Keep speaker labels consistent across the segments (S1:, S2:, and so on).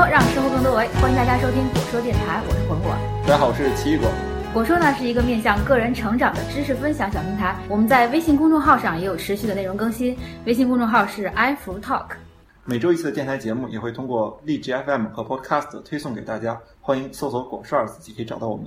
S1: 嗨，欢迎大家收听果说电台，我是火火。
S2: 大家好，我是奇异果。
S1: 果说呢是一个面向个人成长的知识分享小平台，我们在微信公众号上也有持续的内容更新，微信公众号是 i 福 talk。
S2: 每周一次的电台节目也会通过荔枝 FM 和 Podcast 推送给大家，欢迎搜索“果帅”自己可以找到我们。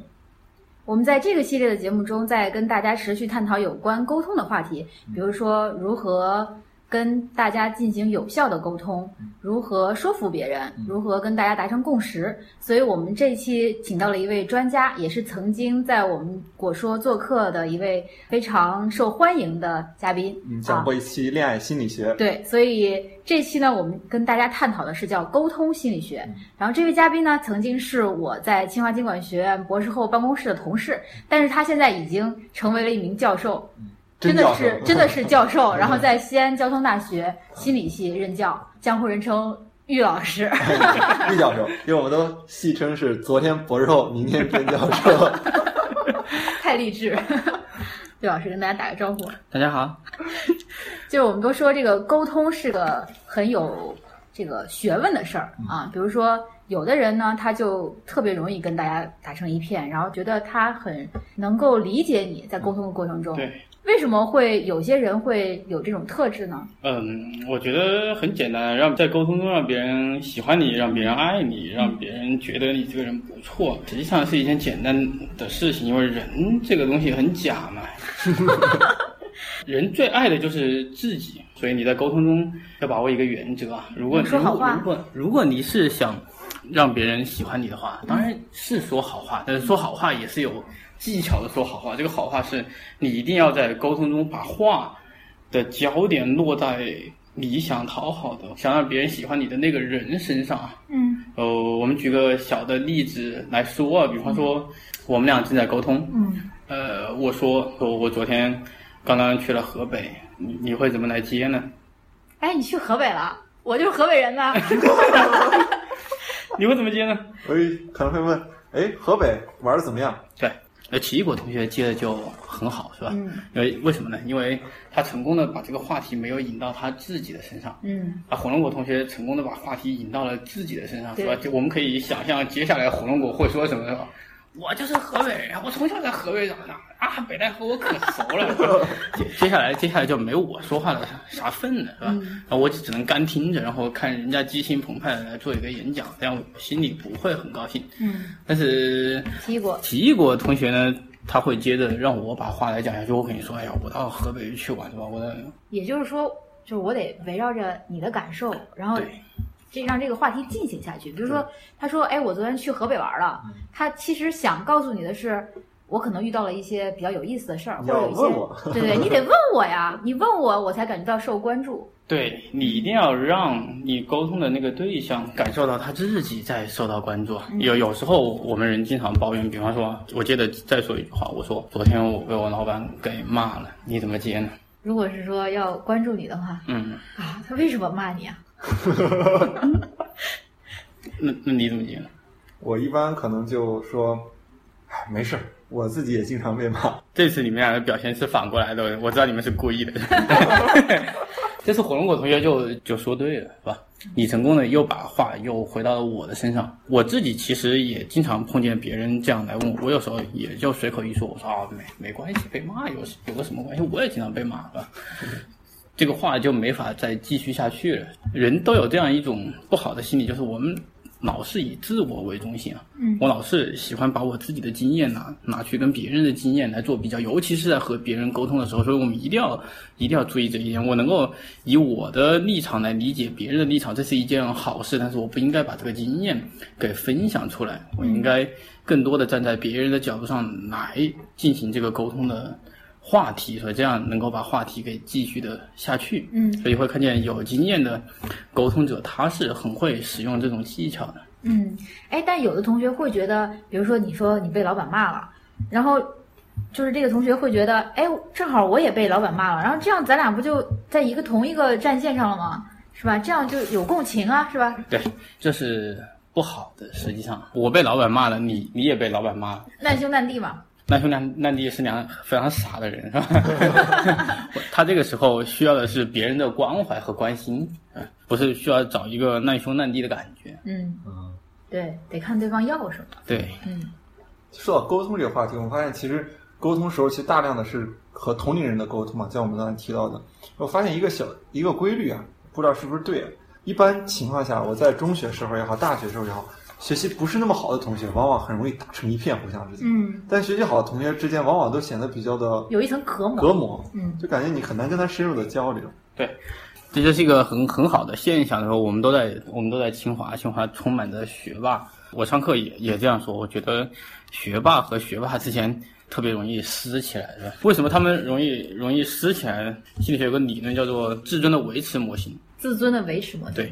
S1: 我们在这个系列的节目中，在跟大家持续探讨有关沟通的话题，比如说如何跟大家进行有效的沟通，
S2: 嗯
S1: 如何说服别人，如何跟大家达成共识。所以我们这一期请到了一位专家，也是曾经在我们果说做客的一位非常受欢迎的嘉宾。啊
S2: 嗯，讲过一期恋爱心理学，
S1: 对，所以这期呢，我们跟大家探讨的是叫沟通心理
S2: 嗯
S1: 学。然后这位嘉宾呢，曾经是我在清华经管学院博士后办公室的同事，
S2: 嗯
S1: 但是他现在已经成为了一名教授，真的
S2: 教授嗯
S1: 是真的是教 授，然后在西安交通大学心理系任教，江湖人称玉老 师。
S2: 玉教授，因为我们都戏称是昨天博士后，明天真教 授。
S1: 太励志。 对，老师跟大家打个招呼。
S3: 大家好，
S1: 就是我们都说这个沟通是个很有这个学问的事儿啊。比如说，有的人呢，他就特别容易跟大家打成一片，然后觉得他很能够理解你在沟通的过程中。
S3: 对，
S1: 为什么会有些人会有这种特质呢？
S3: 嗯，我觉得很简单，让在沟通中让别人喜欢你，让别人爱你，让别人觉得你这个人不错，实际上是一件简单的事情，因为人这个东西很假 嘛，人最爱的就是自己，所以你在沟通中要把握一个原则啊。如果
S1: 说好话
S3: 如果如果你是想让别人喜欢你的话，当然是说好话，但是说好话也是有技巧的。说好话，这个好话是你一定要在沟通中把话的焦点落在你想讨好的、想让别人喜欢你的那个人身上啊。
S1: 嗯
S3: 呃，我们举个小的例子来说啊，比方说我们俩正在沟通，
S1: 嗯
S3: 呃，我说我我昨天刚刚去了河北，你你会怎么来 接呢？
S1: 哎，你去河北了，我就是河北人呢。
S3: 你会怎么接呢？
S2: 我可能会问，哎，河北玩的怎么样？
S3: 对，呃，奇异果同学接的就很好，是吧？
S1: 嗯
S3: 因为为什么呢？因为他成功的把这个话题没有引到他自己的身上。
S1: 嗯，
S3: 啊，火龙果同学成功的把话题引到了自己的身上，是吧？
S1: 对
S3: 就我们可以想象接下来火龙果会说什么，是吧？我就是河北人，我从小在河北长大啊，北戴河我可熟 了。接接下来接下来就没有我说话的啥份了，是吧？
S1: 嗯
S3: 然后我只能干听着，然后看人家激情澎湃的来做一个演讲，这样我心里不会很高兴。
S1: 嗯，
S3: 但是
S1: 奇异果，
S3: 奇异果同学呢，他会接着让我把话来讲下去。我跟你说，哎呀，我到河北去玩是吧？我的
S1: 也就是说，就是我得围绕着你的感受，然后
S3: 对
S1: 这让这个话题进行下去。比如说，他说：“哎，我昨天去河北玩了。”
S2: 嗯
S1: 他其实想告诉你的是，我可能遇到了一些比较有意思的事儿，或
S2: 你
S1: 者
S2: 要
S1: 有一
S2: 问我
S1: 些，对对，你得问我呀，你问我，我才感觉到受关注。
S3: 对你一定要让你沟通的那个对象感受到他自己在受到关注。有有时候我们人经常抱怨，比方说，我接着再说一句话，我说昨天我被我老板给骂了，你怎么接呢？
S1: 如果是说要关注你的话，
S3: 嗯，
S1: 啊，他为什么骂你啊？
S3: 那那你怎么接呢？
S2: 我一般可能就说，哎，没事儿，我自己也经常被骂。
S3: 这次你们俩的表现是反过来的，我知道你们是故意的。 这次火龙果同学就就说对了，是吧？你成功的又把话又回到了我的身上。我自己其实也经常碰见别人这样来问我，我有时候也就随口一说，我说啊，没没关系，被骂有有个什么关系？我也经常被骂，是吧？ 这个话就没法再继续下去了。人都有这样一种不好的心理，就是我们老是以自我为中心啊。
S1: 嗯
S3: 我老是喜欢把我自己的经验拿拿去跟别人的经验来做比较，尤其是在和别人沟通的时候，所以我们一定要一定要注意这一点。我能够以我的立场来理解别人的立场，这是一件好事，但是我不应该把这个经验给分享出来，我
S1: 嗯
S3: 应该更多的站在别人的角度上来进行这个沟通的话题，所以这样能够把话题给继续的下去。
S1: 嗯
S3: 所以会看见有经验的沟通者，他是很会使用这种技巧的。
S1: 嗯，哎，但有的同学会觉得，比如说你说你被老板骂了，然后就是这个同学会觉得，哎，正好我也被老板骂了，然后这样咱俩不就在一个同一个战线上了吗？是吧？这样就有共情啊，是吧？
S3: 对，这是不好的。实际上，我被老板骂了，你你也被老板骂了。
S1: 难兄难弟嘛。
S3: 那兄弟，那你是两个非常傻的人，是吧？ 他这个时候需要的是别人的关怀和关心，嗯不是需要找一个难兄难弟的感觉。
S1: 嗯，
S2: 嗯，
S1: 对，得看对方要什么。
S3: 对，
S1: 嗯，
S2: 说到沟通这个话题，我们发现其实沟通时候其实大量的是和同龄人的沟通嘛，像我们刚才提到的，我发现一个小一个规律啊，不知道是不是对啊。一般情况下，我在中学时候也好，大学时候也好，学习不是那么好的同学，往往很容易打成一片，互相之间。
S1: 嗯，
S2: 但学习好的同学之间，往往都显得比较的
S1: 有一层隔膜。
S2: 隔膜，
S1: 嗯，
S2: 就感觉你很难跟他深入的交流。
S3: 这就是一个很很好的现象。然后我们都在我们都在清华，清华充满着学霸。我上课也也这样说，我觉得学霸和学霸之间特别容易撕起来的。为什么他们容易容易撕起来呢？心理学有个理论叫做自尊的维持模型。
S1: 自尊的维持模型。
S3: 对，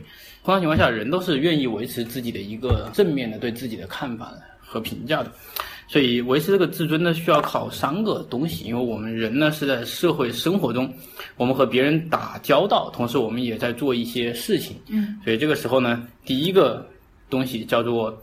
S3: 通常情况下，人都是愿意维持自己的一个正面的对自己的看法和评价的。所以维持这个自尊呢，需要靠三个东西，因为我们人呢是在社会生活中，我们和别人打交道，同时我们也在做一些事情。
S1: 嗯，
S3: 所以这个时候呢，第一个东西叫做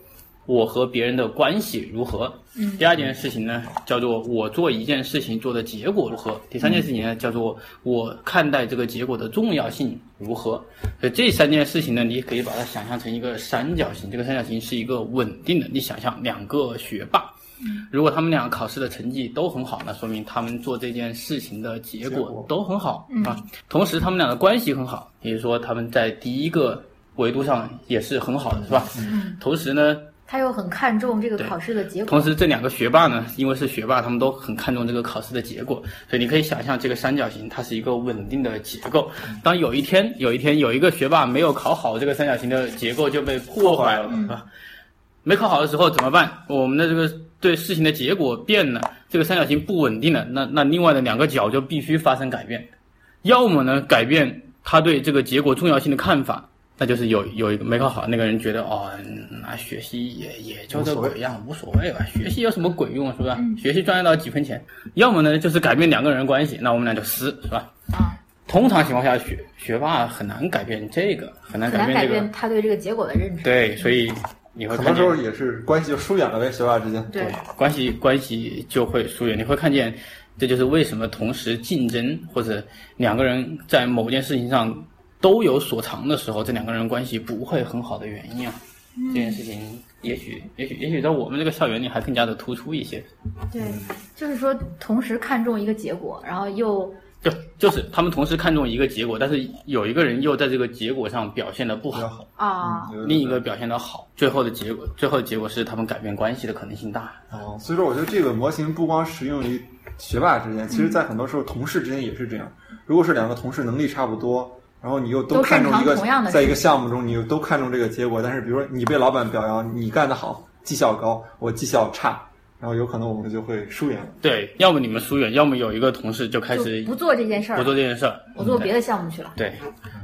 S3: 我和别人的关系如何。
S1: 嗯
S3: 第二件事情呢，叫做我做一件事情做的结果如何。第三件事情呢，叫做我看待这个结果的重要性如何。所以这三件事情呢，你可以把它想象成一个三角形，这个三角形是一个稳定的。你想象两个学霸，
S1: 嗯
S3: 如果他们俩考试的成绩都很好，那说明他们做这件事情的结
S2: 结果
S3: 果都很好
S1: 嗯
S3: 啊。同时，他们俩的关系很好，也就是说他们在第一个维度上也是很好的，是吧？
S1: 嗯，
S3: 同时呢，
S1: 他又很看重这个
S3: 对
S1: 考试的结果。
S3: 同时，这两个学霸呢，因为是学霸，他们都很看重这个考试的结果，所以你可以想象这个三角形它是一个稳定的结构。当有一天， 有一天有一个学霸没有考好，这个三角形的结构就被破坏了、
S1: 嗯
S3: 啊。没考好的时候怎么办？我们的这个对事情的结果变了，这个三角形不稳定了，那那另外的两个角就必须发生改变，要么呢改变他对这个结果重要性的看法。那就是有有一个没考好，那个人觉得哦，那学习也也就这
S2: 无所谓
S3: 鬼样，无所谓吧，学习有什么鬼用啊是吧？
S1: 嗯
S3: 学习赚得到几分钱，要么呢就是改变两个人的关系，那我们俩就撕是吧？
S1: 啊，
S3: 通常情况下，学学霸很难改变这个，很难
S1: 很
S3: 改
S1: 难改
S3: 变这
S1: 变
S3: 个，
S1: 他对这个结果的认知。
S3: 对，所以你会
S2: 很
S3: 看
S2: 多时
S3: 见
S2: 候也是关系就疏远了呗，学霸之间。
S1: 对，
S3: 关系关系就会疏远。你会看见，这就是为什么同时竞争或者两个人在某件事情上都有所长的时候，这两个人关系不会很好的原因啊。
S1: 嗯
S3: 这件事情也许也许也许在我们这个校园里还更加的突出一些。
S1: 对，就是说同时看重一个结果，然后又
S3: 就就是他们同时看重一个结果，但是有一个人又在这个结果上表现的不
S2: 比较
S3: 好，
S2: 好。
S1: 啊，
S2: 嗯
S3: 另一个表现的好，最后的结果最后的结果是他们改变关系的可能性大。
S2: 哦，所以说我觉得这个模型不光适用于学霸之间，
S1: 嗯
S2: 其实在很多时候同事之间也是这样。如果是两个同事能力差不多，然后你又
S1: 都擅
S2: 看重一个
S1: 长同样的，事
S2: 在一个项目中你又都看重这个结果，但是比如说你被老板表扬，你干得好，绩效高，我绩效差，然后有可能我们就会疏远了。
S3: 对，要么你们疏远，要么有一个同事就开
S1: 就
S3: 始
S1: 不做这件事儿
S3: 不
S1: 了，
S3: 做这嗯件事儿，
S1: 我做别的项目去了。
S3: 对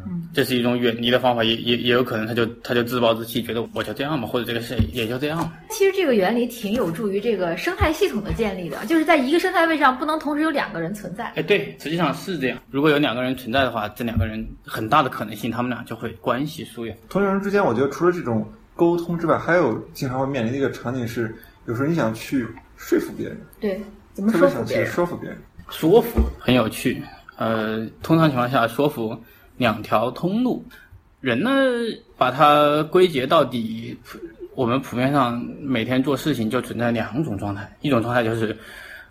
S1: 嗯，
S3: 这是一种远离的方法，也也也有可能他就他就自暴自弃，觉得我就这样吧，或者这个事也就这样吧。
S1: 其实这个原理挺有助于这个生态系统的建立的，就是在一个生态位上不能同时有两个人存在。
S3: 哎，对，实际上是这样。如果有两个人存在的话，这两个人很大的可能性，他们俩就会关系疏远。
S2: 同龄人之间，我觉得除了这种沟通之外，还有经常会面临的一个场景是，有时候你想去说服别人，
S1: 对，怎么
S2: 特
S1: 说
S2: 别
S1: 服
S2: 想
S1: 别
S2: 去
S1: 人？
S2: 说服别人。
S3: 说服很有趣，呃，通常情况下，说服两条通路，人呢把它归结到底，普我们普遍上每天做事情就存在两种状态，一种状态就是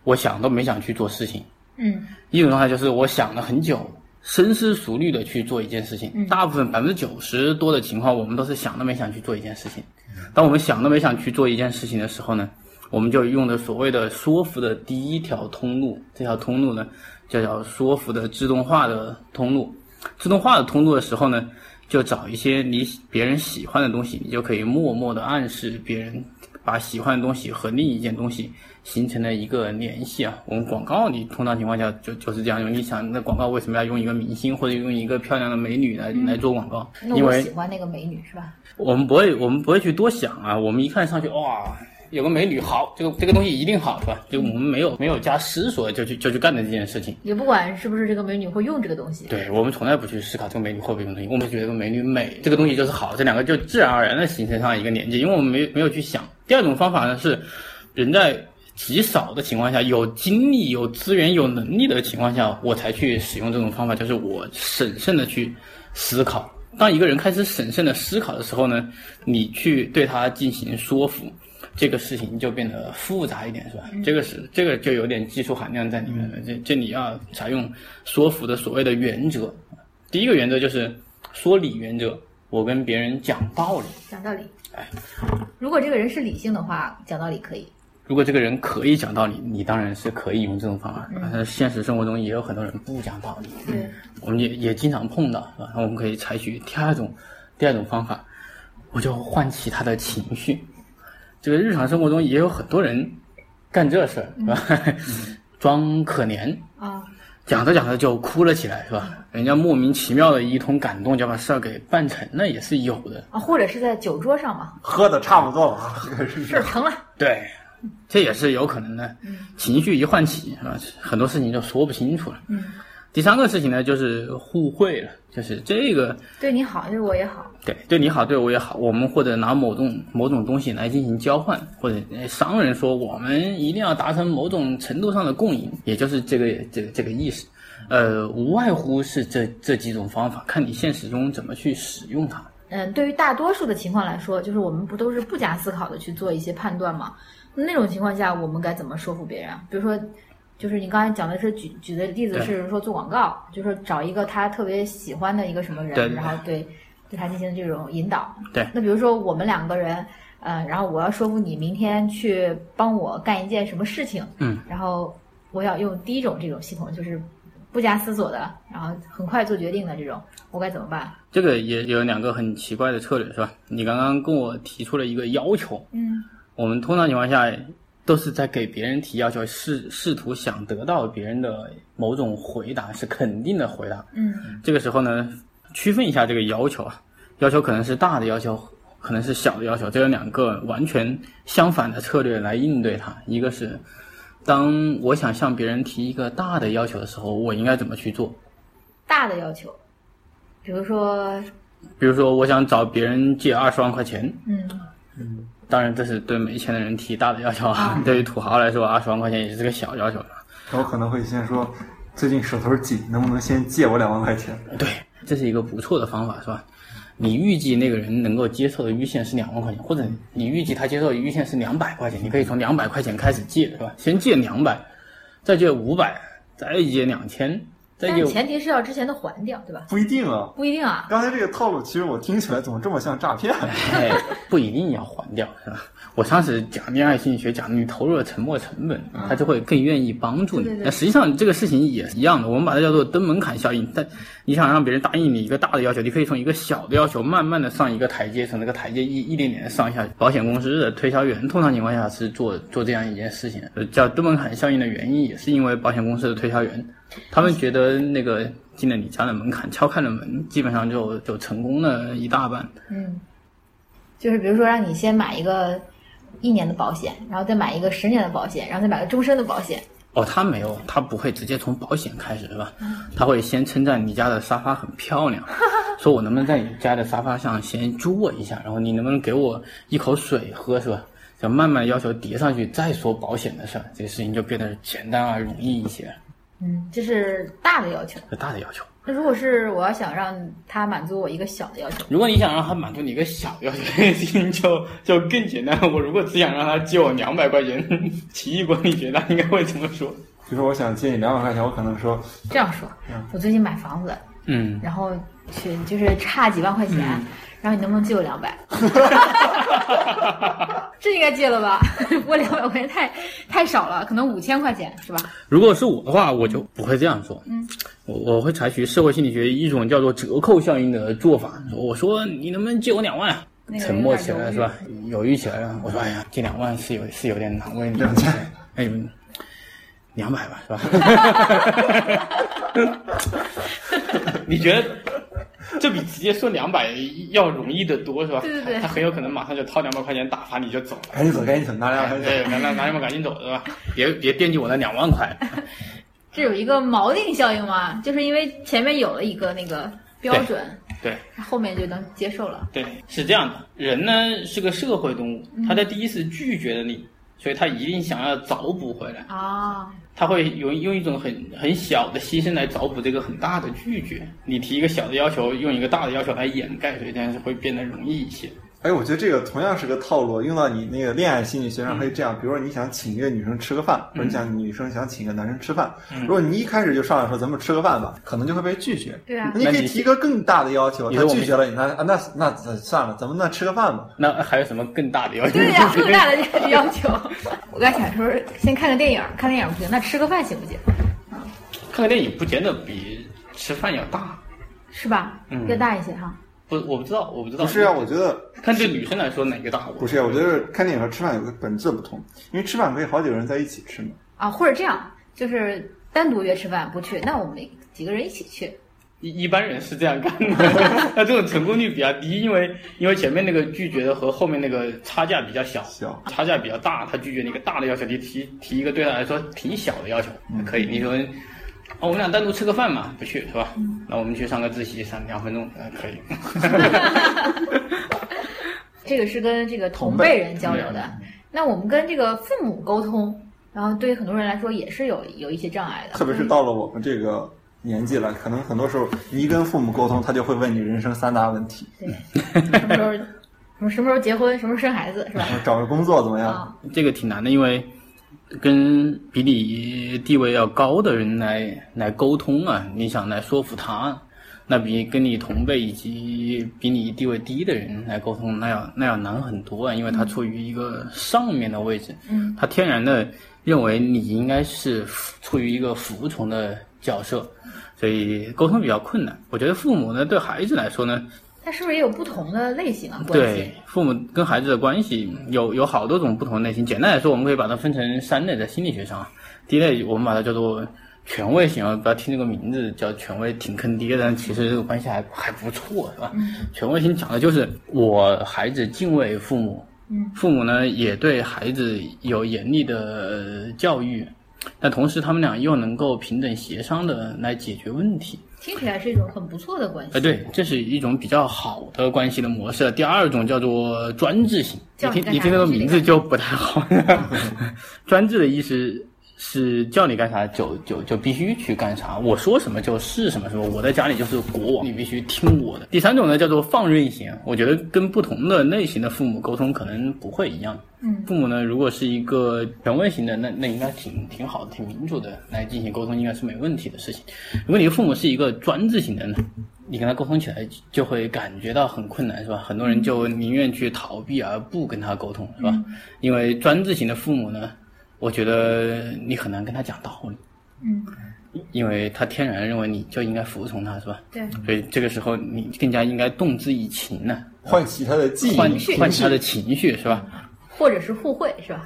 S3: 我想都没想去做事情，
S1: 嗯
S3: 一种状态就是我想了很久，深思熟虑的去做一件事情。
S1: 嗯
S3: 大部分百分之九十多的情况，我们都是想都没想去做一件事情。当我们想都没想去做一件事情的时候呢，我们就用的所谓的说服的第一条通路，这条通路呢就叫说服的自动化的通路。自动化的通路的时候呢，就找一些你别人喜欢的东西，你就可以默默的暗示别人，把喜欢的东西和另一件东西形成了一个联系啊。我们广告里通常情况下就就是这样用。你想，那广告为什么要用一个明星或者用一个漂亮的美女来、来做广告？
S1: 嗯那
S3: 因
S1: 我
S3: 为
S1: 喜欢那个美女是吧？
S3: 我们不会，我们不会去多想啊。我们一看上去，哇，有个美女好，这个这个东西一定好，是吧？就我们没有没有加思索就去就去干的这件事情。
S1: 也不管是不是这个美女会用这个东西。
S3: 对我们从来不去思考这个美女会不会用东西，我们觉得这个美女美，这个东西就是好，这两个就自然而然的形成上一个连接，因为我们没没有去想。第二种方法呢是，人在极少的情况下，有精力、有资源、有能力的情况下，我才去使用这种方法，就是我审慎的去思考。当一个人开始审慎的思考的时候呢，你去对他进行说服，这个事情就变得复杂一点，是吧？这个是这个就有点技术含量在里面了。这这你要采用说服的所谓的原则，第一个原则就是说理原则，我跟别人讲道理。
S1: 讲道理。
S3: 哎
S1: 如果这个人是理性的话，讲道理可以。
S3: 如果这个人可以讲道理，你当然是可以用这种方法。但是现实生活中也有很多人不讲道理，
S1: 对，
S3: 我们也也经常碰到，是吧？那我们可以采取第二种第二种方法，我就唤起他的情绪。这个日常生活中也有很多人干这事儿，是吧？ 装可怜，
S1: 啊，
S3: 讲着讲着就哭了起来，是吧？人家莫名其妙的一通感动就把事儿给办成了，也是有的。
S1: 啊，或者是在酒桌上嘛，
S2: 喝的差不多了 啊，这个
S1: 事儿
S2: 是
S1: 成了，
S3: 对，这也是有可能的。情绪一唤起，是吧？很多事情就说不清楚了。
S1: 嗯，
S3: 第三个事情呢，就是互惠了，就是这个
S1: 对你好，对我也好，
S3: 对对你好，对我也好，我们或者拿某种某种东西来进行交换，或者呃商人说我们一定要达成某种程度上的共赢，也就是这个这个这个意思。呃，无外乎是这这几种方法，看你现实中怎么去使用它。
S1: 嗯，对于大多数的情况来说，就是我们不都是不假思考的去做一些判断吗？那种情况下，我们该怎么说服别人啊？比如说，就是你刚才讲的是举举的例子
S3: 对
S1: 是说做广告，就是找一个他特别喜欢的一个什么
S3: 对
S1: 人，
S3: 对
S1: 然后对对他进行这种引导。
S3: 对
S1: 那比如说我们两个人，呃，然后我要说服你明天去帮我干一件什么事情，
S3: 嗯，
S1: 然后我要用第一种这种系统，就是不加思索的，然后很快做决定的这种，我该怎么办？
S3: 这个也有两个很奇怪的策略，是吧？你刚刚跟我提出了一个要求，
S1: 嗯，
S3: 我们通常情况下都是在给别人提要求，试试图想得到别人的某种回答，是肯定的回答。
S1: 嗯
S3: 这个时候呢，区分一下这个要求啊，要求可能是大的要求，可能是小的要求，这有两个完全相反的策略来应对它。一个是，当我想向别人提一个大的要求的时候，我应该怎么去做？
S1: 大的要求，比如说，
S3: 比如说，我想找别人借二十万块钱，
S1: 嗯，
S3: 当然这是对没钱的人提大的要求啊， 对于土豪来说，二十万块钱也是个小要求。啊
S2: 我可能会先说，最近手头紧，能不能先借我两万块钱？
S3: 对，这是一个不错的方法，是吧？你预计那个人能够接受的预限是两万块钱，或者你预计他接受的预限是两百块钱，你可以从两百块钱开始借，是吧？先借两百，再借五百，再借两千，再
S1: 但
S3: 借
S1: 是
S3: 五
S1: 前提是要之前的还掉，对吧？
S2: 不一定啊。
S1: 不一定啊，
S2: 刚才这个套路，其实我听起来怎么这么像诈骗？
S3: 哎，不一定要还掉，是吧？我上次讲恋爱心理学，讲你投入了沉没成本，他就会更愿意帮助你
S1: 对对。对
S3: 那实际上这个事情也是一样的，我们把它叫做登门槛效应。但你想让别人答应你一个大的要求，你可以从一个小的要求慢慢的上一个台阶，从这个台阶一一点点的上下去。保险公司的推销员通常情况下是做做这样一件事情的，呃叫登门槛效应的原因也是因为保险公司的推销员，他们觉得那个进了你家的门槛，敲开了门，基本上就就成功了一大半。
S1: 嗯，就是比如说让你先买一个一年的保险，然后再买一个十年的保险，然后再买个终身的保险，
S3: 哦，他没有，他不会直接从保险开始，是吧？他会先称赞你家的沙发很漂亮，说我能不能在你家的沙发上先坐一下，然后你能不能给我一口水喝，是吧？就慢慢要求叠上去，再说保险的事儿，这个事情就变得简单啊而容易一些。
S1: 嗯，这是大的要求。
S3: 这大的要求，
S1: 那如果是我要想让他满足我一个小的要求，
S3: 如果你想让他满足你一个小要求，这个事情就 就更简单了。我如果只想让他借我两百块钱， 奇异果你觉得他应该会怎么说？
S2: 比如说我想借你两万块钱，我可能说
S1: 这样说，我最近买房子，
S3: 嗯，
S1: 然后去就是差几万块钱，然后你能不能借我两百？ 这应该借了吧？ 不过两百块钱太太少了，可能五千块钱是吧？
S3: 如果是我的话，我就不会这样做。嗯，我我会采取社会心理学一种叫做折扣效应的做法。我说你能不能借我两万啊？
S1: 那个人
S3: 沉默
S1: 有点犹豫
S3: 起来了是吧？犹豫起来了。我说哎呀，借两万是有是有点难 为你。
S2: 两千，
S3: 哎，两百吧是 吧？你觉得这比直接说两百要容易得多是吧？
S1: 对对对
S3: 他很有可能马上就掏两百块钱打发你就走了。
S2: 赶紧走，赶紧走，拿两万块钱。
S3: 对，拿拿拿两百赶紧走是吧？别别惦记我那两万块。
S1: 这有一个锚定效应嘛，就是因为前面有了一个那个标准，
S3: 对。
S1: 后面就能接受了。
S3: 对，是这样的，人呢是个社
S1: 嗯
S3: 会动物，他在第一次拒绝了你，所以他一定想要找补回来。
S1: 啊，
S3: 他会有用一种很很小的牺牲来找补这个很大的拒绝。你提一个小的要求，用一个大的要求来掩盖，所以这样是会变得容易一些。
S2: 哎，我觉得这个同样是个套路，用到你那个恋爱心理学上可以这样，比如说你想请一个女生吃个饭，或者
S3: 嗯
S2: 你想女生想请一个男生吃饭，如果你一开始就上来说咱们吃个饭吧，可能就会被拒绝。
S1: 对啊
S2: 你可以提一个更大的要求，
S3: 你
S2: 他
S3: 说我
S2: 拒
S3: 没
S2: 绝了你，那啊那那算了，咱们那吃个饭吧。
S3: 那还有什么更大的要求？
S1: 对呀、更大的要求。 我刚想说，先看个电影，看电影不行，那吃个饭行不行？
S3: 看个电影不见得比吃饭要大。
S1: 是吧？
S3: 嗯
S1: 要大一些哈。
S3: 不，我不知道，我不知道。
S2: 不是啊，我觉得
S3: 看对女生来说哪个大？
S2: 不是啊，我觉得看电影和吃饭有个本质不同，因为吃饭可以好几个人在一起吃嘛。
S1: 啊，或者这样，就是单独约吃饭不去，那我们几个人一起去。
S3: 一一般人是这样干的，那这种成功率比较低，因为因为前面那个拒绝的和后面那个差价比较小，
S2: 小
S3: 差价比较大，他拒绝你一个大的要求，你提提一个对他来说挺小的要求，可以，你说。哦，我们俩单独吃个饭嘛，不去是吧？那我们去上个自习，上两分钟，呃，可以。
S1: 这个是跟这个同
S2: 同辈
S1: 辈人交流的。那我们跟这个父母沟通，然后对于很多人来说也是有有一些障碍的。
S2: 特别是到了我们这个年纪了，可能很多时候你一跟父母沟通，他就会问你人生三大问题：
S1: 对，什么时候，什么什么时候结婚，什么时候生孩子，是吧？
S2: 找个工作怎么样？
S1: 啊，
S3: 这个挺难的，因为跟比你地位要高的人来来沟通啊，你想来说服他，那比跟你同辈以及比你地位低的人来沟通，那要那要难很多啊，因为他处于一个上面的位置，
S1: 嗯，
S3: 他天然的认为你应该是服处于一个服从的角色，所以沟通比较困难。我觉得父母呢，对孩子来说呢，
S1: 它是不是也有不同的类型啊？关系
S3: 对父母跟孩子的关系有有好多种不同的类型。简单来说，我们可以把它分成三类，在心理学上，第一类我们把它叫做权威型啊，不要听这个名字叫权威挺坑爹的，但其实这个关系还还不错，是吧？
S1: 嗯
S3: 权威型讲的就是我孩子敬畏父母，
S1: 嗯，
S3: 父母呢也对孩子有严厉的呃教育，但同时他们俩又能够平等协商的来解决问题。
S1: 听起来是一种很不错的关系。
S3: 哎，对，这是一种比较好的关系的模式。第二种叫做专制型，你
S1: 叫你
S3: 听
S1: 干
S3: 你
S1: 啥
S3: 听这个
S1: 你就得
S3: 名字就不太 好。专制的意思是叫你干啥就就就必须去干啥，我说什么就是什么什么，我在家里就是国王，你必须听我的。第三种呢叫做放任型，我觉得跟不同的类型的父母沟通可能不会一样。
S1: 嗯
S3: 父母呢，如果是一个权威型的，那那应该挺挺好的，挺民主的来进行沟通，应该是没问题的事情。如果你的父母是一个专制型的呢，你跟他沟通起来就会感觉到很困难，是吧？很多人就
S1: 嗯
S3: 宁愿去逃避而不跟他沟通，是吧？因为专制型的父母呢，我觉得你很难跟他讲道理，
S1: 嗯，
S3: 因为他天然认为你就应该服从他，是吧？
S1: 对，
S3: 所以这个时候你更加应该动之以情呢、
S2: 唤起他的记忆，
S3: 唤唤起他的情绪，是吧？
S1: 或者是互惠，是吧？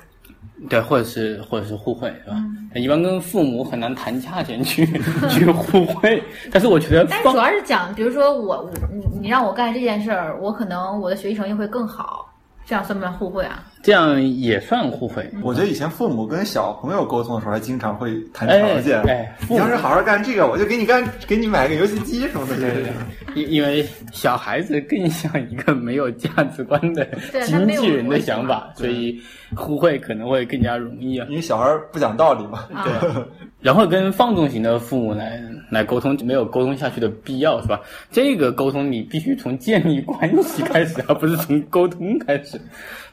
S3: 对，或者是或者是互惠，是吧？
S1: 嗯
S3: 一般跟父母很难谈价钱去 去互惠，但是我觉得
S1: 但是
S3: 放
S1: 主要是讲，比如说我我你你让我干这件事儿，我可能我的学习成绩会更好，这样算不算互惠啊？
S3: 这样也算互惠。
S2: 我觉得以前父母跟小朋友沟通的时候，还经常会谈
S3: 哎
S2: 条件。
S3: 哎父
S2: 你
S3: 母
S2: 要是好好干这个，我就给你干，给你买个游戏机什么的。这种
S3: 因因为小孩子更像一个没有价值观的
S1: 对他
S3: 经
S1: 没有
S3: 纪人
S1: 逻
S3: 的
S1: 辑
S3: 想
S1: 嘛
S3: 法，所以互惠可能会更加容易啊。
S2: 因为小孩不讲道理嘛。
S1: 啊，
S3: 然后跟放纵型的父母来来沟通，没有沟通下去的必要，是吧？这个沟通你必须从建立关系开始，啊 而不是从沟通开始。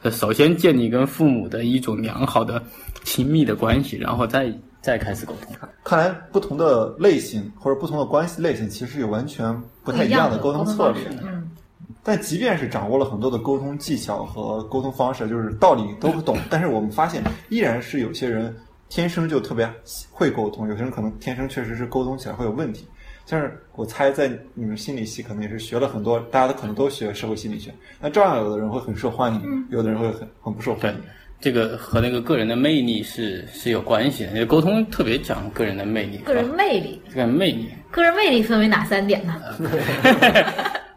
S3: 呃首先建立跟父母的一种良好的亲密的关系，然后再再开始沟通。
S2: 看来不同的类型或者不同的关系类型，其实有完全不太一样的沟通策略
S1: 不一样的沟通。方式嗯，
S2: 但即便是掌握了很多的沟通技巧和沟通方式，就是道理都懂，但是我们发现依然是有些人天生就特别会沟通，有些人可能天生确实是沟通起来会有问题。像是我猜，在你们心理系可能也是学了很多，大家都可能都学社会心理学，那照样有的人会很受欢迎，有的人会很很不受欢
S3: 对
S2: 迎。，
S3: 这个和那个个人的魅力是是有关系的。那沟通特别讲个人的魅力，
S1: 个人
S3: 是吧
S1: 魅力，
S3: 这个魅力，
S1: 个人魅力分为哪三点呢？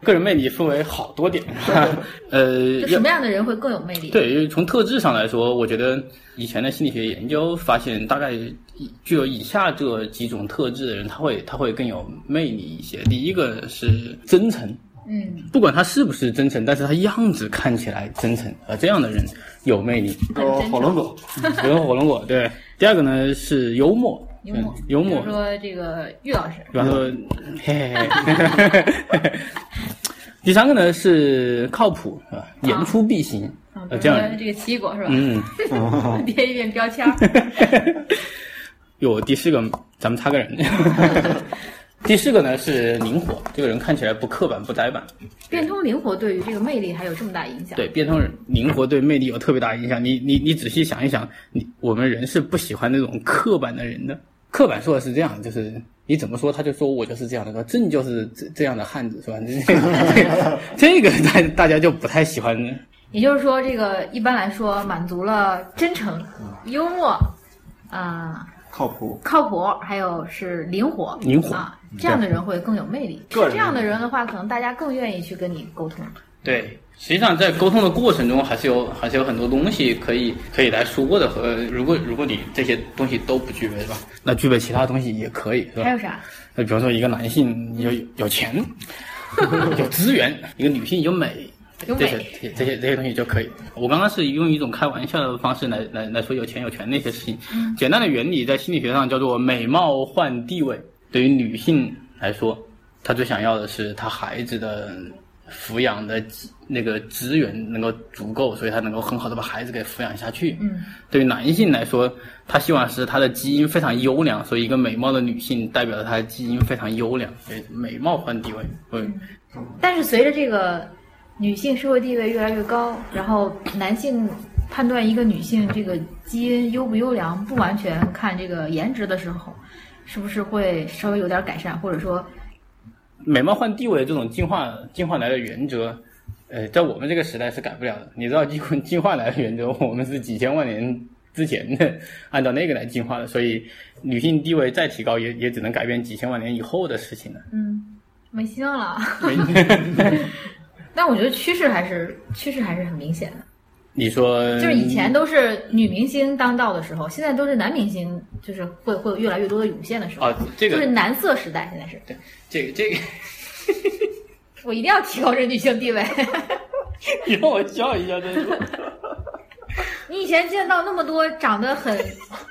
S3: 个人魅力分为好多点。 呃，
S1: 就
S3: 要
S1: 什么样的人会更有魅力？，
S3: 对，因为从特质上来说，我觉得以前的心理学研究发现，大概以具有以下这几种特质的人，他会他会更有魅力一些。第一个是真诚，
S1: 嗯，
S3: 不管他是不是真诚，但是他样子看起来真诚，啊，这样的人有魅力。
S2: 说火龙果，
S3: 比如火龙果，对。第二个呢是幽默，
S1: 幽默
S3: 嗯，幽默
S1: 比如，说这个岳老师，
S3: 比方说，嘿嘿嘿。第三个呢是靠谱，啊，言出必行，
S1: 啊，
S3: 呃，
S1: 比
S3: 这
S1: 如
S3: 样的人
S1: 说，这个奇异果是吧？
S3: 嗯。
S1: 贴一遍标签儿，
S3: 有第四个，咱们差个人。第四个呢是灵活，这个人看起来不刻板不呆板，
S1: 变通灵活对于这个魅力还有这么大影响。
S3: 对，变通人灵活对魅力有特别大影响。你你你仔细想一想，你我们人是不喜欢那种刻板的人的。刻板说的是这样，就是你怎么说他就说我就是这样的，说朕就是这这样的汉子，是吧？这这个大大家就不太喜欢
S1: 也就是说，这个一般来说满足了真诚、幽默，啊、
S2: 靠谱，
S1: 靠谱，还有是灵活，
S3: 灵活
S1: 啊，这样的人会更有魅力。
S2: 个人
S1: 这样的人的话，可能大家更愿意去跟你沟通。
S3: 对，实际上在沟通的过程中，还是有还是有很多东西可以可以来说的和如果如果你这些东西都不具备是吧？那具备其他东西也可以是
S1: 还
S3: 吧？
S1: 有啥？
S3: 那比方说一个男性有有钱， 有资源；一个女性有美。
S1: 有
S3: 这
S1: 美
S3: 些这些这些这些东西就可以。我刚刚是用一种开玩笑的方式来来来说有钱有权那些事情。
S1: 嗯
S3: 简单的原理在心理学上叫做美貌换地位。对于女性来说，她最想要的是她孩子的抚养的资那个资源能够足够，所以她能够很好的把孩子给抚养下去。
S1: 嗯，
S3: 对于男性来说，他希望是他的基因非常优良，所以一个美貌的女性代表了她的基因非常优良，所以美貌换地位。嗯，
S1: 但是随着这个女性社会地位越来越高，然后男性判断一个女性这个基因优不优良，不完全看这个颜值的时候，是不是会稍微有点改善，或者说
S3: 美貌换地位这种进化进化来的原则，呃，在我们这个时代是改不了的。你知道进化进化来的原则，我们是几千万年之前的，按照那个来进化的，所以女性地位再提高也，也只能改变几千万年以后的事情了。
S1: 嗯没希望了？
S3: 没
S1: 但我觉得趋势还是趋势还是很明显的，
S3: 你说
S1: 就是以前都是女明星当道的时候，现在都是男明星，就是会会有越来越多的涌现的时候，
S3: 啊，这
S1: 就是
S3: 个
S1: 男色时代，现在是
S3: 这个这 个，
S1: 我一定要提高这女性地位。
S3: 你让我笑一下再说。
S1: 你以前见到那么多长得很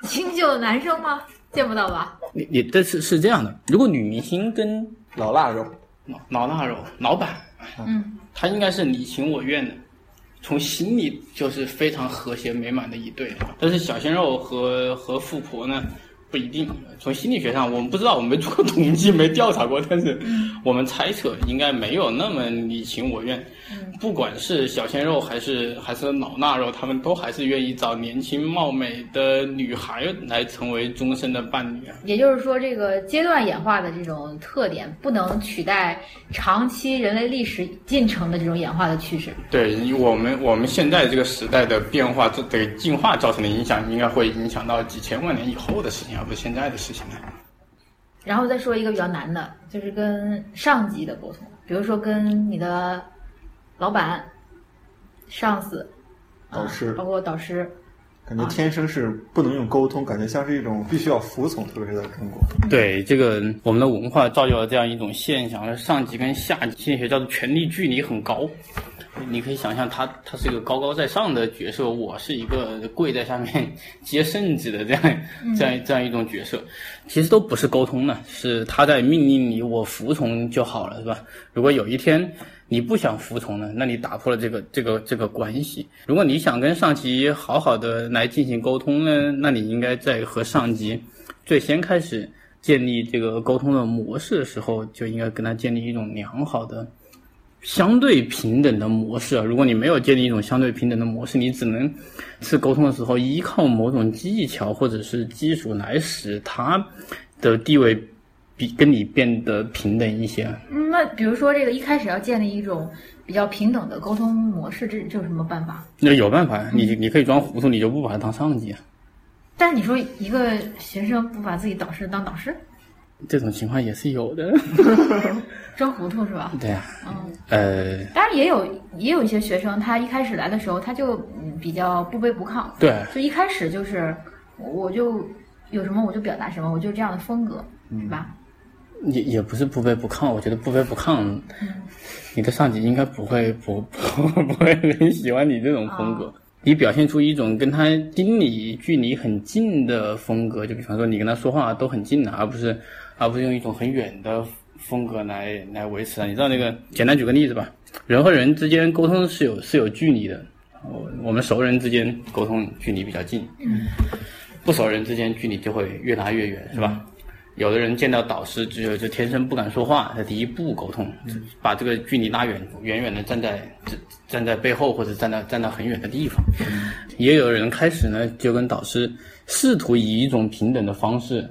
S1: 清秀的男生吗？见不到吧？
S3: 你你这是是这样的，如果女明星跟
S2: 老腊肉，
S3: 老老腊肉老板，
S1: 嗯，
S3: 她应该是你情我愿的，从心里就是非常和谐美满的一对。啊但是小鲜肉和和富婆呢，不一定。从心理学上，我们不知道，我们没做过统计，没调查过，但是我们猜测应该没有那么你情我愿。不管是小鲜肉还是还是老腊肉，他们都还是愿意找年轻貌美的女孩来成为终身的伴侣啊。
S1: 也就是说，这个阶段演化的这种特点不能取代长期人类历史进程的这种演化的趋势。
S3: 对以我们我们现在这个时代的变化，这对进化造成的影响，应该会影响到几千万年以后的事情，而不是现在的事情了。
S1: 然后再说一个比较难的，就是跟上级的沟通，比如说跟你的老板、上司、啊
S2: 导师
S1: 包括导师。
S2: 感觉天生是不能用沟通，感觉像是一种必须要服从，特别是在中国。
S3: 对这个，我们的文化造就了这样一种现象：上级跟下级，心理学叫做权力距离很高。你可以想象他，他是一个高高在上的角色，我是一个跪在下面 接圣旨的这样这样这样一种角色，其实都不是沟通的，是他在命令你，我服从就好了，是吧？如果有一天你不想服从呢，那你打破了这个这个这个关系。如果你想跟上级好好的来进行沟通呢，那你应该在和上级最先开始建立这个沟通的模式的时候，就应该跟他建立一种良好的、相对平等的模式啊。如果你没有建立一种相对平等的模式，你只能是沟通的时候依靠某种技巧或者是技术来使他的地位比跟你变得平等一些。啊
S1: 嗯那比如说这个一开始要建立一种比较平等的沟通模式，这这有什么办法？
S3: 那有办法，啊你你可以装糊涂，你就不把他当上级啊。
S1: 但是你说一个学生不把自己导师当导师，
S3: 这种情况也是有的，
S1: 装糊涂是吧？
S3: 对呀、
S1: 嗯，
S3: 呃，
S1: 当然也有也有一些学生，他一开始来的时候他就嗯比较不卑不亢，
S3: 对，啊
S1: 就一开始
S2: 嗯
S1: 就是我我就有什么我就表达什么，我就这样的风格，是吧？
S3: 也也不是不卑不亢，我觉得不卑不亢，你的上级应该不会不 不不会很喜欢你这种风格。你表现出一种跟他心理距离很近的风格，就比方说你跟他说话都很近的，而不是而不是用一种很远的风格来来维持啊。你知道那个，简单举个例子吧，人和人之间沟通是有是有距离的。我我们熟人之间沟通距离比较近，不熟人之间距离就会越拉越远，是吧？有的人见到导师只有就天生不敢说话，他第一步沟通，把这个距离拉远，远远的站在站站在背后或者站到站到很远的地方。也有人开始呢就跟导师试图以一种平等的方式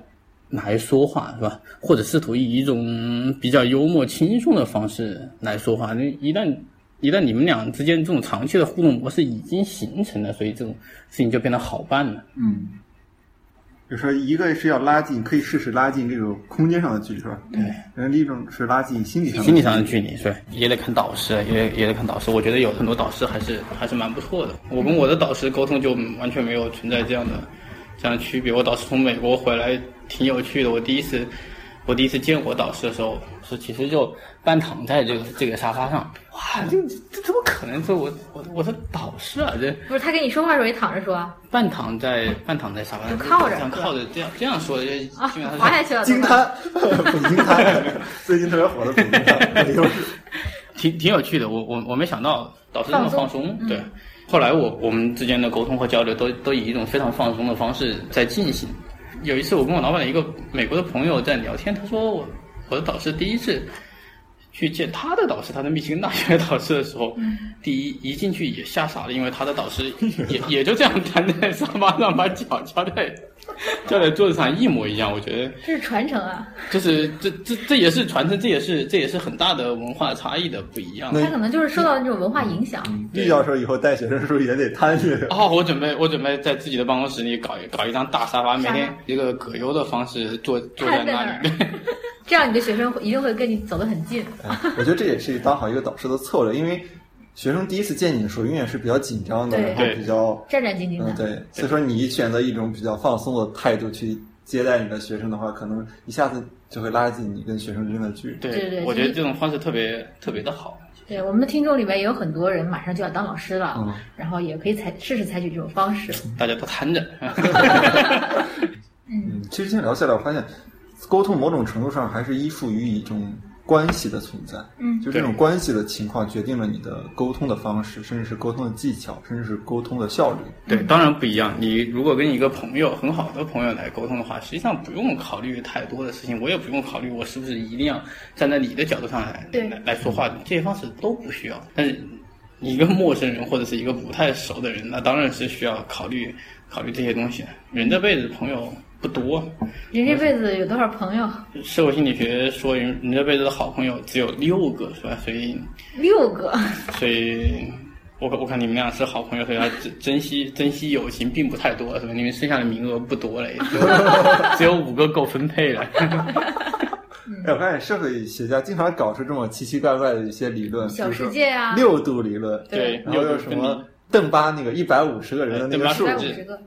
S3: 来说话，是吧？或者试图以一种比较幽默轻松的方式来说话。那一旦一旦你们俩之间这种长期的互动模式已经形成了，所以这种事情就变得好办了。
S2: 就说一个是要拉近，可以试试拉近这种空间上的距离，是吧？对。然后另一种是拉近心理上的距
S3: 心
S2: 离。
S3: 理上的距离，对，也得看导师，也得也得看导师。我觉得有很多导师还是还是蛮不错的。我跟我的导师沟通就完全没有存在这样的这样的区别。我导师从美国回来挺有趣的，我第一次我第一次见我导师的时候是其实就半躺在这个这个沙发上，哇，这这怎么可能是我我我的导师啊？这
S4: 不是他跟你说话的时候也躺着说啊，
S3: 半躺在半躺在沙发上，
S4: 就靠着啊
S3: 这样靠着这样这样说的，就基本上
S4: 滑
S3: 是
S4: 下
S3: 啊
S4: 去了。
S2: 金 滩，北京滩，最近特别火的北京滩， 北京
S3: 挺挺有趣的，我我我没想到导师这么放
S4: 放
S3: 松，对。后来我我们之间的沟通和交流都都以一种非常放松的方式在进行。有一次我跟我老板的一个美国的朋友在聊天，他说我我的导师第一次去见他的导师，他的密歇根大学的导师的时候，第一一进去也吓傻了，因为他的导师也也就这样瘫在沙发上，把脚夹在夹在桌子上一模一样，我觉得。
S4: 这是传承啊，
S3: 就是这这这也是传承，这也是这也是很大的文化差异的不一样。
S2: 那
S4: 他可能就是受到那种文化影响。
S3: 嗯
S2: 玉教授以后带学生的时候也得摊去。
S3: 哦，我准备我准备在自己的办公室里搞一搞一张大沙发，每
S4: 沙发
S3: 天一个葛优的方式坐坐在那里。
S4: 这样你的学生会一定会跟你走得很近。
S2: 我觉得这也是当好一个导师的策略，因为学生第一次见你的时候，永远是比较紧张的，
S4: 对
S2: 然后比较
S4: 战战兢兢
S2: 嗯
S4: 的，
S2: 对，所以说你选择一种比较放松的态度去接待你的学生的话，可能一下子就会拉近你跟学生之间的距离。
S3: 对
S4: 对对
S3: 我觉得
S4: 就是
S3: 这种方式特别特别的好。
S4: 对我们的听众里面也有很多人马上就要当老师了，
S2: 嗯
S4: 然后也可以采试试采取这种方式。
S3: 大家都摊着，
S2: 嗯，其实今天聊下来，我发现沟通某种程度上还是依附于一种关系的存在。
S4: 嗯
S2: 就这种关系的情况决定了你的沟通的方式，甚至是沟通的技巧，甚至是沟通的效率。
S3: 对，当然不一样。你如果跟一个朋友很好的朋友来沟通的话，实际上不用考虑太多的事情，我也不用考虑我是不是一定要站在你的角度上来
S4: 对
S3: 来来说话，这些方式都不需要。但是你一个陌生人或者是一个不太熟的人，那当然是需要考虑考虑这些东西的。人这辈子朋友不多，
S4: 人这辈子有多少朋友？
S3: 社会心理学说人人这辈子的好朋友只有六个，是吧？所以
S4: 六个，
S3: 所以我看我看你们俩是好朋友，所以要珍珍惜珍惜友情并不太多，是吧？你们剩下的名额不多了，也就只有五个够分配了。
S4: 嗯
S2: 哎，我发现社会学家经常搞出这么奇奇怪怪的一些理
S3: 嗯
S2: 论，
S4: 小
S2: 比如说
S4: 世界啊
S2: 六度理论，
S3: 对
S2: 然后
S3: 六
S2: 有
S3: 度
S2: 什
S3: 分
S2: 么邓巴那个一百五十个人的那
S3: 对
S2: 个
S3: 吧？
S2: 数
S3: 数
S4: 150
S2: 字，
S3: 字
S4: 个，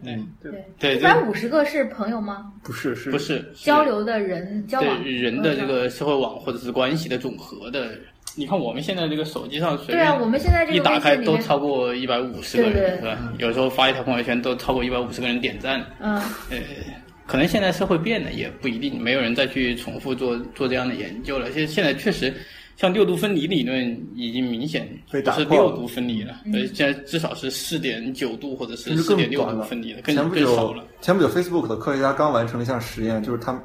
S3: 对
S4: 对，
S3: 对
S4: 一
S3: 这
S4: 百五十个是朋友吗？
S2: 不是是
S3: 不是
S4: 交流的人交往嗯
S3: 对人的这个社会网或者是关系的总和的。你看我们现在这个手机上随
S4: 对啊，我
S3: 便
S4: 们现在这
S3: 一
S4: 个
S3: 打
S4: 微
S3: 开
S4: 信里
S3: 都
S4: 面，
S3: 超过一百五十个
S4: 对对
S3: 人，是吧？有时候发一条朋友圈都超过一百五十个人点赞。
S4: 嗯，
S3: 呃，可能现在社会变了，也不一定没有人再去重复做做这样的研究了。现现在确实，像六度分离理论已经明显
S2: 被
S3: 不
S2: 打
S3: 是
S2: 破
S3: 六
S2: 了
S3: 度分离了，
S4: 嗯
S3: 对，现在至少是四点九度或者
S2: 甚
S3: 是
S2: 至
S3: 四
S2: 更
S3: 点六
S2: 短
S3: 度
S2: 了。
S3: 分离了，更
S2: 前不
S3: 更少
S2: 久
S3: 了。，
S2: 前不久 Facebook 的科学家刚完成了一项实验，就是他们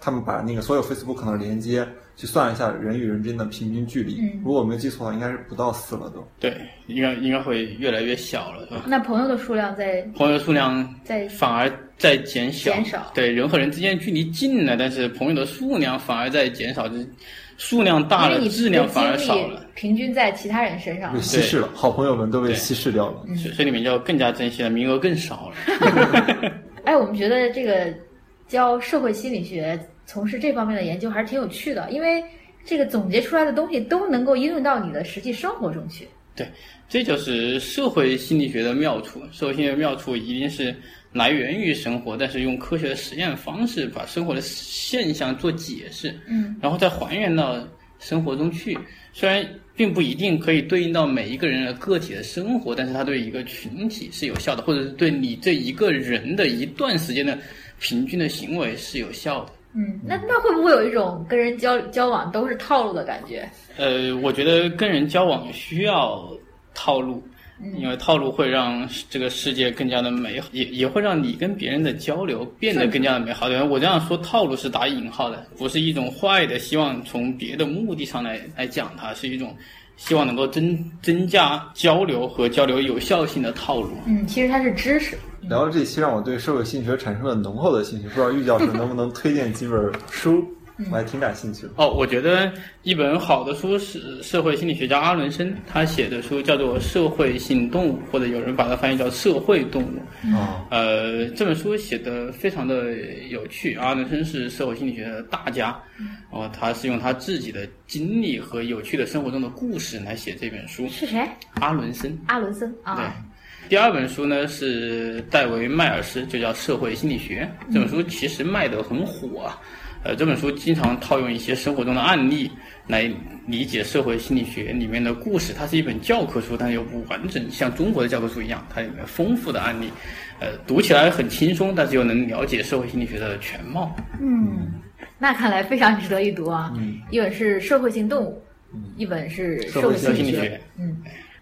S2: 他们把那个所有 Facebook 的连接去算一下人与人之间的平均距离。
S4: 嗯
S2: 如果我没记错的话，应该是不到四了都。
S3: 对，应该应该会越来越小了，是吧？
S4: 那朋友的数量在
S3: 朋友数量
S4: 在
S3: 反而在减小，
S4: 减少
S3: 对人和人之间距离近了，但是朋友的数量反而在减少，就是数量大
S4: 因
S3: 了
S4: 为，你
S3: 质量
S4: 的
S3: 反而
S4: 精
S3: 少
S4: 力
S3: 了。
S4: 平均在其他人身上
S2: 被。稀释了，好朋友们都被
S3: 对
S2: 稀释掉了。
S4: 嗯
S3: 所以所以你们就要更加珍惜了，名额更少了。
S4: 哎，我们觉得这个教社会心理学从事这方面的研究还是挺有趣的，因为这个总结出来的东西都能够应用到你的实际生活中去。
S3: 这就是社会心理学的妙处。社会心理学的妙处一定是来源于生活，但是用科学的实验方式把生活的现象做解释，
S1: 嗯，
S3: 然后再还原到生活中去。虽然并不一定可以对应到每一个人的个体的生活，但是它对一个群体是有效的，或者是对你这一个人的一段时间的平均的行为是有效的。
S1: 嗯，那那会不会有一种跟人交交往都是套路的感觉？
S3: 呃，我觉得跟人交往需要套路，因为套路会让这个世界更加的美好，也也会让你跟别人的交流变得更加的美好。对吧，我这样说套路是打引号的，不是一种坏的，希望从别的目的上来来讲它，是一种希望能够增增加交流和交流有效性的套路。
S1: 嗯，其实它是知识。
S2: 聊到这期，让我对社会心理学产生了浓厚的兴趣。不知道玉教授能不能推荐几本书，我还挺感兴趣的。
S3: 哦，我觉得一本好的书是社会心理学家阿伦森他写的书，叫做《社会性动物》，或者有人把它翻译叫《社会动物》。
S2: 哦，
S3: 呃，这本书写的非常的有趣。阿伦森是社会心理学的大家，哦，他是用他自己的经历和有趣的生活中的故事来写这本书。
S1: 是谁？
S3: 阿伦森，
S1: 阿伦森
S3: 对
S1: 啊。。
S3: 第二本书呢是戴维迈尔斯，就叫《社会心理学》。这本书其实卖得很火啊，呃，这本书经常套用一些生活中的案例来理解社会心理学里面的故事。它是一本教科书，但又不完整，像中国的教科书一样，它里面丰富的案例，呃，读起来很轻松，但是又能了解社会心理学的全貌。
S1: 嗯， 那看来非常值得一读啊。
S2: 嗯，
S1: 一本是社会性动物，一本是社
S2: 社
S1: 会
S2: 会
S1: 心
S3: 嗯心
S1: 理
S3: 理
S1: 学。
S3: 学，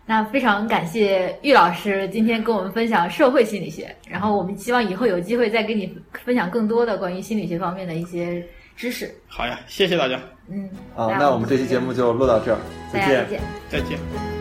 S1: 那非常感谢玉老师今天跟我们分享社会心理学，然后我们希望以后有机会再跟你分享更多的关于心理学方面的一些知识。
S3: 好呀，谢谢大家，
S1: 嗯，
S2: 啊，那我们这期节目就录到这儿，
S1: 大家再见。
S3: 再见。
S2: 再见